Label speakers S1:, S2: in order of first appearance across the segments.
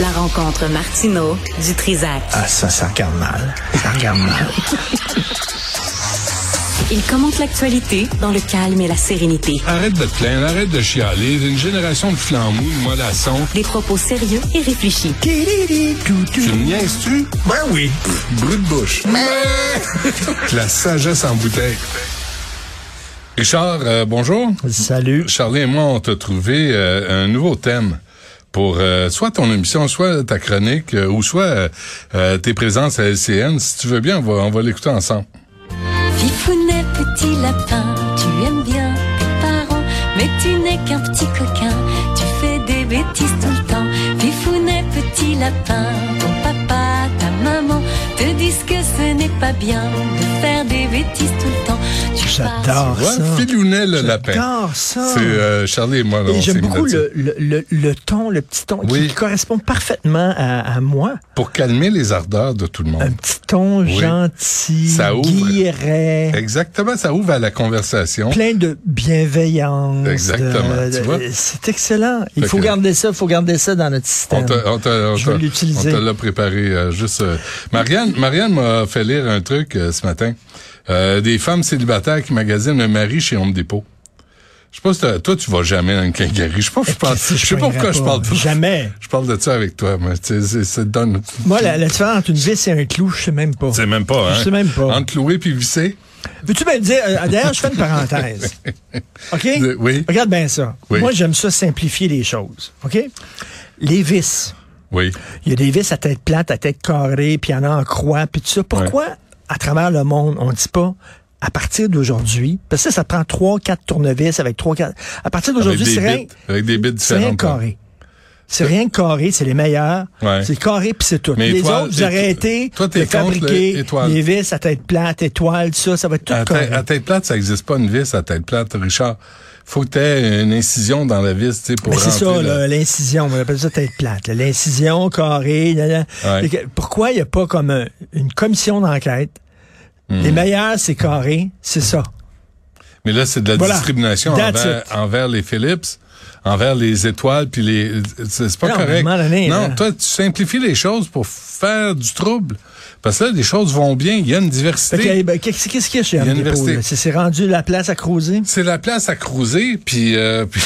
S1: La rencontre Martino du Trizac.
S2: Ah, ça, ça regarde mal. Ça regarde mal.
S1: Il commente l'actualité dans le calme et la sérénité.
S3: Arrête de te plaindre, arrête de chialer. Une génération de flambous, de mollassons.
S1: Des propos sérieux et réfléchis.
S3: Tu me niaises-tu?
S2: Ben oui.
S3: Brut de bouche. La sagesse en bouteille. Richard, euh, bonjour.
S2: Salut.
S3: Charlie et moi, on t'a trouvé euh, un nouveau thème pour euh, soit ton émission, soit ta chronique, euh, ou soit euh, euh, tes présences à LCN. Si tu veux bien, on va, on va l'écouter ensemble.
S4: Fifounet, petit lapin, tu aimes bien tes parents, mais tu n'es qu'un petit coquin, tu fais des bêtises tout le temps. Fifounet, petit lapin, ton papa, ta maman te disent que ce n'est pas bien de faire des bêtises tout le temps. Tu passes
S2: J'adore
S3: Ouais,
S2: Ah, ça.
S3: Filounet le lapin.
S2: J'adore ça.
S3: C'est euh, Charlie et moi. là,
S2: Et
S3: on s'est
S2: J'aime
S3: mis
S2: beaucoup
S3: là-dessus.
S2: le, le, le, le ton, le petit ton qui-
S3: Oui.
S2: qui, correspond parfaitement à, à moi.
S3: Pour calmer les ardeurs de tout le monde.
S2: Un petit ton
S3: Oui.
S2: gentil,
S3: Ça ouvre.
S2: guilleret,
S3: Exactement, ça ouvre à la conversation.
S2: Ah, plein de bienveillance.
S3: Exactement,
S2: de-
S3: tu
S2: de-
S3: vois.
S2: C'est excellent. Il
S3: Fait
S2: faut
S3: que-
S2: garder ça, il faut garder ça dans notre
S3: On
S2: système.
S3: te, on te- on
S2: Je vais
S3: te-
S2: l'utiliser.
S3: on te l'a préparé euh, juste. euh, Marianne, Marianne m'a fait lire un truc euh, ce matin. Euh, des femmes célibataires qui magasinent un mari chez Home Depot. Je sais pas si t'as- toi tu vas jamais dans une quincaillerie. Je sais pas, je parle-
S2: Qu'est-ce que
S3: je sais pas pourquoi
S2: poignerais
S3: je parle de
S2: Jamais.
S3: Je parle de ça avec toi, mais tu sais, c'est- ça te donne.
S2: Moi, la, la différence entre une vis et un clou, je sais même pas.
S3: Tu sais même pas, hein?
S2: Je sais même pas.
S3: Entre louer puis visser.
S2: Veux-tu me le dire? euh, D'ailleurs, je fais une parenthèse. OK?
S3: De- oui.
S2: Regarde bien ça.
S3: Oui.
S2: Moi, j'aime ça simplifier les choses. OK? Les vis.
S3: Oui.
S2: Il y a des vis à tête plate, à tête carrée, puis il y en a en croix, puis tout ça. Pourquoi, à travers le monde, on ne dit pas à partir d'aujourd'hui, parce que ça, ça prend trois, quatre tournevis avec trois, quatre. À partir d'aujourd'hui,
S3: Avec
S2: c'est
S3: des
S2: rien.
S3: bits- avec des bits
S2: C'est rien
S3: différentes.
S2: carré. C'est rien carré, c'est les meilleurs.
S3: Ouais.
S2: C'est carré puis c'est tout.
S3: Mais
S2: les
S3: étoile-
S2: autres, vous
S3: éto-
S2: arrêtez
S3: toi, t'es
S2: de
S3: contre le
S2: fabriquer
S3: étoile.
S2: les vis à tête plate, étoile, tout ça, ça va être tout
S3: À,
S2: carré.
S3: tête- à tête plate, ça existe pas une vis à tête plate, Richard. Faut que t'aies une incision dans la vis, tu sais, pour
S2: Mais Ben, c'est
S3: rentrer
S2: ça,
S3: le-
S2: là, l'incision, on appelle ça tête plate. là. L'incision, carré. là, là.
S3: Ouais.
S2: Fait que Pourquoi il n'y a pas comme un- une commission d'enquête?
S3: Hmm.
S2: Les meilleurs, c'est carré, c'est ça.
S3: Mais là, c'est de la
S2: Voilà.
S3: discrimination
S2: That's
S3: envers,
S2: it.
S3: envers les Philips, envers les étoiles, puis les. C'est c'est pas
S2: Non, mais hein. à un
S3: correct.
S2: moment donné,
S3: non,
S2: là-
S3: toi, tu simplifies les choses pour faire du trouble. Parce que là, les choses vont bien. Il y a une
S2: Fait que,
S3: diversité.
S2: eh ben, qu'est-ce qu'est-ce qu'il y a chez
S3: Il y a
S2: Home
S3: une
S2: Depot,
S3: diversité.
S2: là? C'est c'est rendu la place à creuser?
S3: C'est la place à cruiser, puis, euh, puis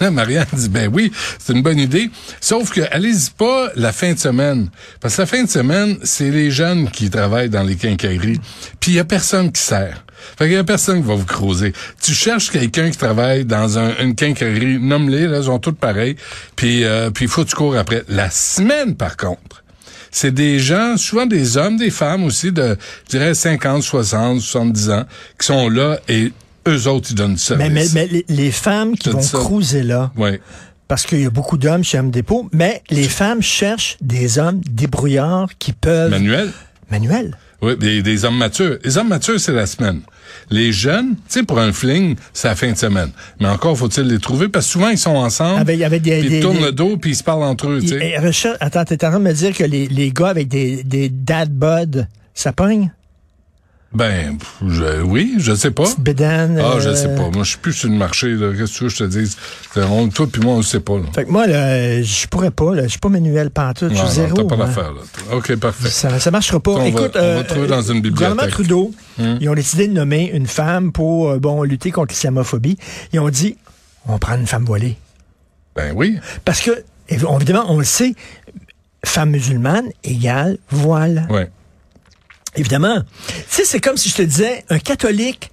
S3: là, Marianne dit, ben oui, c'est une bonne idée. Sauf que, allez-y pas la fin de semaine. Parce que la fin de semaine, c'est les jeunes qui travaillent dans les quincailleries. Puis il y a personne qui sert. Fait qu'il y a personne qui va vous creuser. Tu cherches quelqu'un qui travaille dans un- une quincaillerie, nomme-les, là, ils sont tous pareils. Puis euh, puis il faut que tu cours après. La semaine, par contre, c'est des gens, souvent des hommes, des femmes aussi de, je dirais, 50, 60, 70 ans, qui sont là et eux autres, ils donnent du
S2: Mais,
S3: service.
S2: mais, mais les, les femmes qui
S3: Je te
S2: vont
S3: dis ça.
S2: cruiser là,
S3: Ouais.
S2: parce qu'il y a beaucoup d'hommes chez Home Depot, mais les femmes cherchent des hommes débrouillards qui peuvent...
S3: Manuel?
S2: Manuel.
S3: Oui, des, des hommes matures. Les hommes matures, c'est la semaine. Les jeunes, tu sais, pour un fling, c'est la fin de semaine. Mais encore, faut-il les trouver? Parce que souvent, ils sont ensemble.
S2: Avec- avec des-
S3: puis
S2: des-
S3: ils tournent
S2: des-
S3: le dos, puis ils se parlent entre eux, tu
S2: Il-
S3: sais.
S2: eh, recherche- Attends, t'es en train de me dire que les, les gars avec des, des dad buds, ça pogne?
S3: Ben, pff, je- oui, je sais pas.
S2: Petite bédane,
S3: Ah, je
S2: euh,
S3: sais pas. Moi, je suis plus sur le marché, là. Qu'est-ce que tu veux que je te dise? C'est- On, toi, puis moi, on le sait pas, là.
S2: Fait que moi, là, je pourrais pas, là, je suis pas Manuel Pantoute, je
S3: Non,
S2: suis
S3: non,
S2: zéro. hein.
S3: T'as pas
S2: moi.
S3: l'affaire, là. OK, parfait.
S2: Ça, ça marchera pas.
S3: On va-
S2: Écoute,
S3: on va trouver dans une
S2: le gouvernement
S3: bibliothèque. Hmm.
S2: Trudeau, ils ont décidé de nommer une femme pour euh, bon lutter contre l'islamophobie. Ils ont dit, on prend une femme voilée.
S3: Ben oui.
S2: Parce que, évidemment, on le sait, femme musulmane égale voile.
S3: Ouais.
S2: Évidemment. Tu sais, c'est comme si je te disais, un catholique,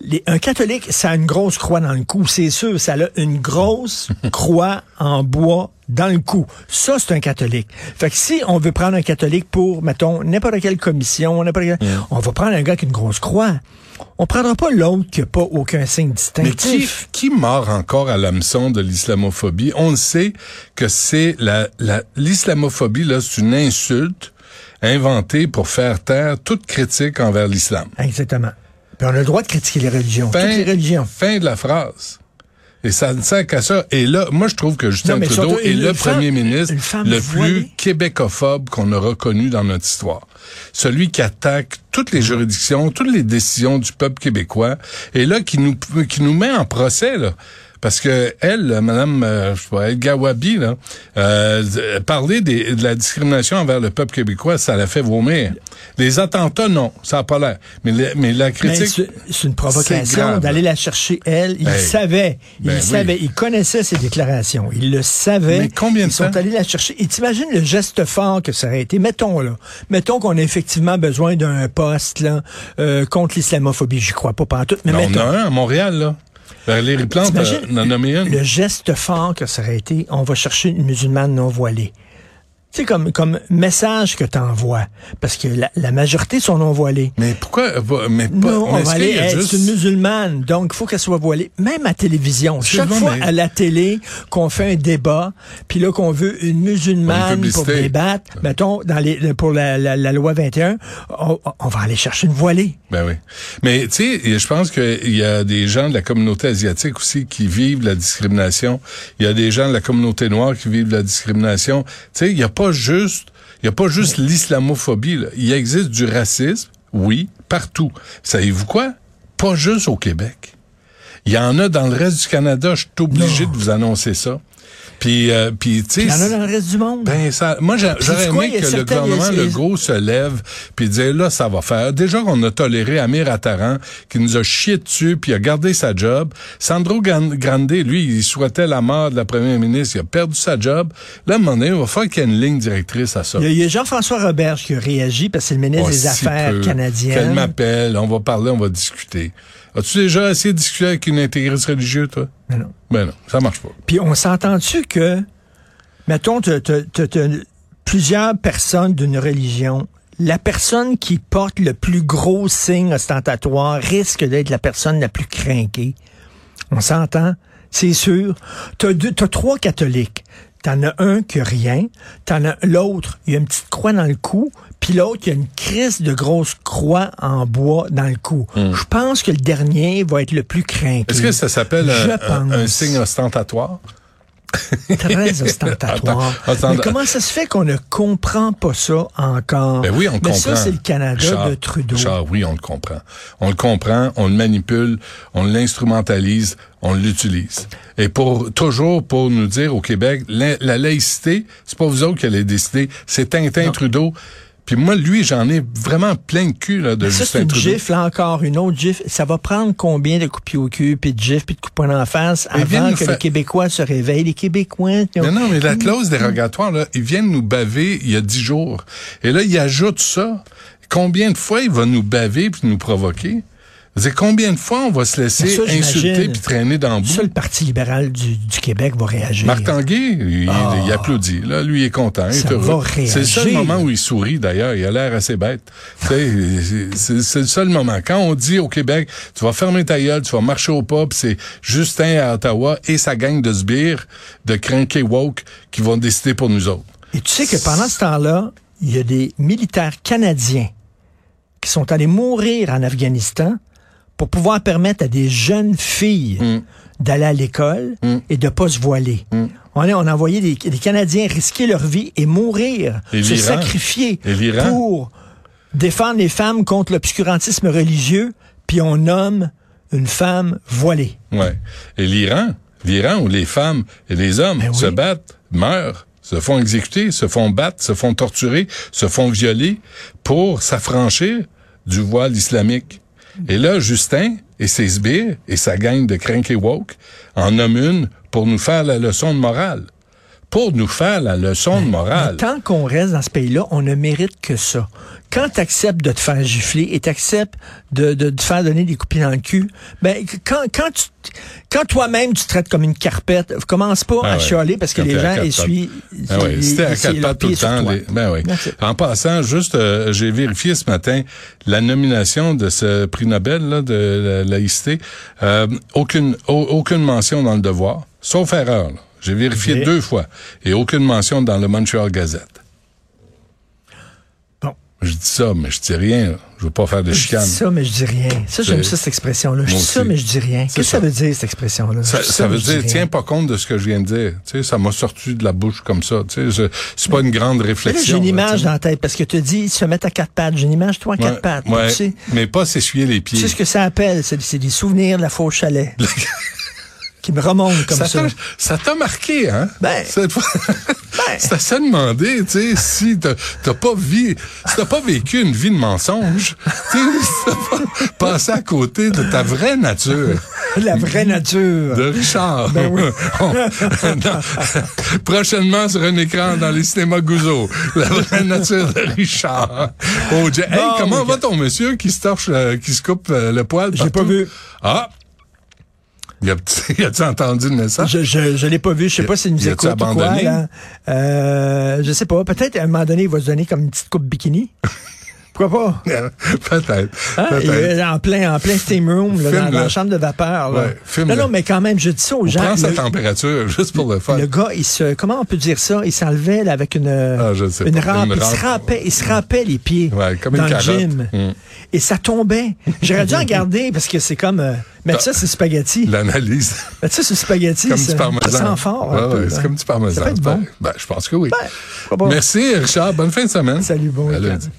S2: les- un catholique, ça a une grosse croix dans le cou, c'est sûr. Ça a une grosse croix en bois dans le cou. Ça, c'est un catholique. Fait que si on veut prendre un catholique pour, mettons, n'importe quelle commission, n'importe quelle- on va prendre un gars avec une grosse croix. On prendra pas l'autre qui a pas aucun signe
S3: Mais
S2: distinctif.
S3: qui, qui mord encore à l'hameçon de l'islamophobie? On le sait que c'est la, la- l'islamophobie, là, c'est une insulte inventée pour faire taire toute critique envers l'islam.
S2: Exactement. Puis on a le droit de critiquer les religions,
S3: Fin-
S2: toutes les religions.
S3: Fin de la phrase. Et ça ne sert qu'à ça. Et là, moi, je trouve que Justin
S2: Non, mais
S3: Trudeau
S2: surtout,
S3: est
S2: une-
S3: le
S2: une femme-
S3: premier ministre
S2: une femme
S3: le
S2: voilée.
S3: plus québécophobe qu'on aura connu dans notre histoire. Celui qui attaque toutes les juridictions, toutes les décisions du peuple québécois, et là, qui nous, qui nous met en procès, là. Parce que elle, là, Madame, euh, je sais pas, El Gawabi, là, euh, d- parler des- de la discrimination envers le peuple québécois, ça la fait vomir. Les attentats, non, ça n'a pas l'air. Mais, le- mais la
S2: Mais
S3: critique,
S2: Ben, c'est c'est une
S3: c'est
S2: provocation
S3: grave.
S2: d'aller la chercher, elle. Il
S3: Hey.
S2: savait. Il
S3: Ben oui.
S2: savait. Il connaissait ses déclarations. Il le savait.
S3: Mais combien de
S2: Ils sont
S3: temps?
S2: allés la chercher. Et t'imagines le geste fort que ça aurait été. Mettons, là. Mettons qu'on a effectivement besoin d'un poste, là, euh, contre l'islamophobie. J'y crois pas pantoute. Mais
S3: Non, on
S2: mettons.
S3: en a un à Montréal, là. Ben, Valérie Plante euh,
S2: T'imagines
S3: en a nommé une.
S2: Le geste fort que ça aurait été, on va chercher une musulmane non voilée. C'est comme, comme message que t'envoies. Parce que la, la majorité sont non voilés.
S3: Mais pourquoi euh, pas- mais pas,
S2: Non, on
S3: est-ce
S2: va
S3: qu'il
S2: aller.
S3: y a
S2: elle,
S3: juste-
S2: C'est une musulmane, donc il faut qu'elle soit voilée. Même à télévision.
S3: Je
S2: Chaque
S3: vois,
S2: fois
S3: mais-
S2: à la télé qu'on fait un débat, puis là qu'on veut une
S3: Pour une
S2: musulmane pour,
S3: publicité.
S2: débattre, mettons, dans les, pour la, la- la loi 21, on, on va aller chercher une voilée.
S3: Ben oui. Mais tu sais, je pense qu'il y a des gens de la communauté asiatique aussi qui vivent la discrimination. Il y a des gens de la communauté noire qui vivent la discrimination. Tu sais, il n'y a pas juste, il y a pas juste l'islamophobie. là. Il existe du racisme, oui, partout. Savez-vous quoi? Pas juste au Québec. Il y en a dans le reste du Canada. Je suis obligé de vous annoncer ça. Puis, euh, puis tu
S2: Il y en a
S3: sais,
S2: dans le reste du monde.
S3: ben ça, moi j'a-
S2: Puis
S3: j'aurais
S2: c'est quoi, il
S3: aimé
S2: y a
S3: que le
S2: certains-
S3: gouvernement
S2: il y a-
S3: Legault se lève puis dise là ça va faire. Déjà qu'on a toléré Amir Attaran qui nous a chié dessus puis a gardé sa job. Sandro Gan- Grande lui il souhaitait la mort de la première ministre, il a perdu sa job. Là à un moment donné, il va falloir qu'il y ait une ligne directrice à ça.
S2: Il y a- il y a, Jean-François Roberge qui a réagi parce que c'est le ministre
S3: Pas
S2: des
S3: Oh, si
S2: Affaires
S3: peu. Qu'elle
S2: canadiennes.
S3: m'appelle, on va parler, on va discuter. As-tu déjà essayé de discuter avec une intégriste religieuse toi
S2: Non, non.
S3: Ben non, ça marche pas.
S2: Puis on s'entend-tu que, mettons, t'as, t'as- t'as- t'as plusieurs personnes d'une religion, la personne qui porte le plus gros signe ostentatoire risque d'être la personne la plus crainquée. On s'entend, c'est sûr. T'as, deux, t'as trois catholiques. T'en as un qui a rien, t'en as l'autre, il y a une petite croix dans le cou, puis l'autre, il y a une crise de grosse croix en bois dans le cou. Je pense que le dernier va être le plus crainqué.
S3: Hmm. Est-ce que ça s'appelle
S2: Je
S3: un- un- un
S2: pense.
S3: signe ostentatoire
S2: très ostentatoire.
S3: Attends, attends.
S2: Mais comment ça se fait qu'on ne comprend pas ça encore?
S3: Ben oui, on le
S2: Mais
S3: comprend.
S2: ça, c'est le Canada
S3: Richard,
S2: de Trudeau.
S3: Richard, oui, on le comprend. On le comprend, on le manipule, on l'instrumentalise, on l'utilise. Et pour toujours pour nous dire au Québec, la, la laïcité, c'est pas vous autres qui allez décider, c'est Tintin Trudeau. Puis moi, lui, j'en ai vraiment plein le cul là,
S2: Ça,
S3: de
S2: c'est
S3: Justin
S2: une
S3: Trudeau.
S2: gifle, encore une autre gifle. Ça va prendre combien de coups de pied au cul, puis de gifles, puis de coups de poing en face
S3: Mais viens
S2: avant
S3: nous
S2: que
S3: faire-
S2: les Québécois se réveillent? Les Québécois... ils ont-
S3: Non, non, mais la clause dérogatoire, là, ils viennent nous baver il y a dix jours. Et là, ils ajoutent ça. Combien de fois il va nous baver puis nous provoquer? C'est combien de fois on va se laisser
S2: Mais ça, j'imagine.
S3: insulter puis traîner dans le bout?
S2: Seul le Parti libéral du, du Québec va réagir.
S3: Marc Tanguay, il, il applaudit. Là, lui, il est content. il est
S2: Ah. Ça
S3: heureux.
S2: va
S3: C'est le seul
S2: réagir.
S3: moment où il sourit, d'ailleurs. Il a l'air assez bête. Tu sais, c'est- c'est c'est le seul moment. Quand on dit au Québec, tu vas fermer ta gueule, tu vas marcher au pas, puis c'est Justin à Ottawa et sa gang de sbires, de cranky woke, qui vont décider pour nous autres.
S2: Et tu sais que pendant ce temps-là, il y a des militaires canadiens qui sont allés mourir en Afghanistan pour pouvoir permettre à des jeunes filles d'aller à l'école et de pas se voiler. On, a, on a envoyé des, des Canadiens risquer leur vie et mourir,
S3: Et
S2: se
S3: l'Iran.
S2: sacrifier
S3: Et l'Iran.
S2: pour défendre les femmes contre l'obscurantisme religieux, puis on nomme une femme voilée.
S3: Ouais. Et l'Iran, l'Iran où les femmes et les hommes
S2: Ben oui.
S3: se battent, meurent, se font exécuter, se font battre, se font torturer, se font violer pour s'affranchir du voile islamique. Et là, Justin et ses sbires et sa gang de cranky woke en nomment une pour nous faire la leçon de morale. Pour nous faire la leçon
S2: Ben,
S3: de morale.
S2: Tant qu'on reste dans ce pays-là, on ne mérite que ça. Quand tu acceptes de te faire gifler et tu acceptes de, de, de te faire donner des coups de pied dans le cul, ben, que- quand, quand, tu, quand toi-même tu te traites comme une carpette, commence pas
S3: Ah
S2: à
S3: ouais.
S2: chialer parce que
S3: Quand
S2: les
S3: t'es à
S2: gens
S3: quatre
S2: essuient.
S3: pattes. Ah ouais,
S2: ils-
S3: c'était à
S2: ils-
S3: quatre
S2: leurs
S3: pattes tout le
S2: pieds sur
S3: temps.
S2: toi.
S3: les- Ben oui.
S2: That's it.
S3: En passant, juste, euh, j'ai vérifié ce matin la nomination de ce prix Nobel là, de la laïcité. Euh, aucune, au- aucune mention dans le devoir, sauf erreur. là. J'ai vérifié
S2: Ok.
S3: deux fois et aucune mention dans le Montreal Gazette.
S2: Bon.
S3: Je dis ça, mais je dis rien. là. Je veux pas faire de
S2: Je
S3: chicane.
S2: dis ça, mais je dis rien. Ça, j'aime
S3: C'est-
S2: ça, cette expression-là. Je
S3: Moi
S2: dis ça,
S3: aussi.
S2: mais je dis rien. Qu'est-ce
S3: C'est
S2: que ça
S3: ça.
S2: veut dire, cette expression-là?
S3: Ça,
S2: Je dis
S3: ça
S2: mais
S3: veut
S2: je dis
S3: dire,
S2: rien.
S3: tiens pas compte de ce que je viens de dire. Tu sais, ça m'a sorti de la bouche comme ça. Tu sais, je- c'est pas une grande
S2: Mais là, J'ai
S3: réflexion.
S2: une
S3: là, tu
S2: image
S3: sais.
S2: dans la tête parce que tu dis, se mettre à quatre pattes. J'ai une image, toi, à
S3: Ouais,
S2: quatre pattes.
S3: ouais,
S2: Tu sais,
S3: mais pas s'essuyer
S2: Tu
S3: les pieds.
S2: sais ce que ça appelle? C'est c'est des souvenirs de la fausse chalet. qui me remonte comme ça.
S3: t'a- ça t'a marqué, hein?
S2: Ben.
S3: C'est- Ça s'est demandé, tu sais, si t'as t'as pas, vi- si t'as pas vécu une vie de mensonge, tu sais, si t'as pas passé à côté de ta vraie nature.
S2: La vraie nature.
S3: De Richard.
S2: Ben oui.
S3: On- dans- prochainement sur un écran dans les cinémas Gouzeau. La vraie nature de Richard. Oh, Dieu. Hey,
S2: Bon,
S3: comment
S2: mais-
S3: va ton monsieur qui se torche, euh, qui se coupe euh, le poil?
S2: J'ai
S3: partout?
S2: pas vu.
S3: Ah! Y a- Y a entendu le message?
S2: Je, je, je l'ai pas vu. Je sais
S3: Hein? Y a-
S2: pas s'il nous
S3: y a-tu
S2: écoute ou quoi.
S3: abandonné?
S2: Là. Euh, je sais pas. Peut-être à un moment donné, il va se donner comme une petite coupe bikini. Pourquoi pas?
S3: Peut-être.
S2: Hein? Il
S3: Peut-être.
S2: est en plein, en plein steam room, là,
S3: Filme-le.
S2: dans, dans la chambre de vapeur. Là.
S3: Ouais, filme-le.
S2: non, non, mais quand même, je dis ça aux gens.
S3: Prends sa
S2: le-
S3: température, juste pour le fun.
S2: Le gars, il se, comment on peut dire ça? Il s'enlevait là, avec une,
S3: Ah, je sais
S2: une
S3: pas,
S2: rampe.
S3: une
S2: Il, se
S3: rampe.
S2: râpait, il se râpait les pieds
S3: Ouais, comme une
S2: dans le
S3: carotte.
S2: gym.
S3: Mm.
S2: Et ça tombait. J'aurais dû en garder parce que c'est comme euh, mettre ça sur spaghetti.
S3: L'analyse.
S2: Mettre ça sur spaghetti,
S3: Bah, Comme
S2: c'est
S3: du parmesan.
S2: ça sent fort. un
S3: Ouais,
S2: peu,
S3: ouais,
S2: là.
S3: c'est comme du parmesan.
S2: Ça peut être
S3: Ben,
S2: bon.
S3: ben, je pense que oui.
S2: pourquoi pas.
S3: Merci, Richard. Bonne fin de semaine.
S2: Salut, bon
S3: À
S2: week-end.
S3: lundi.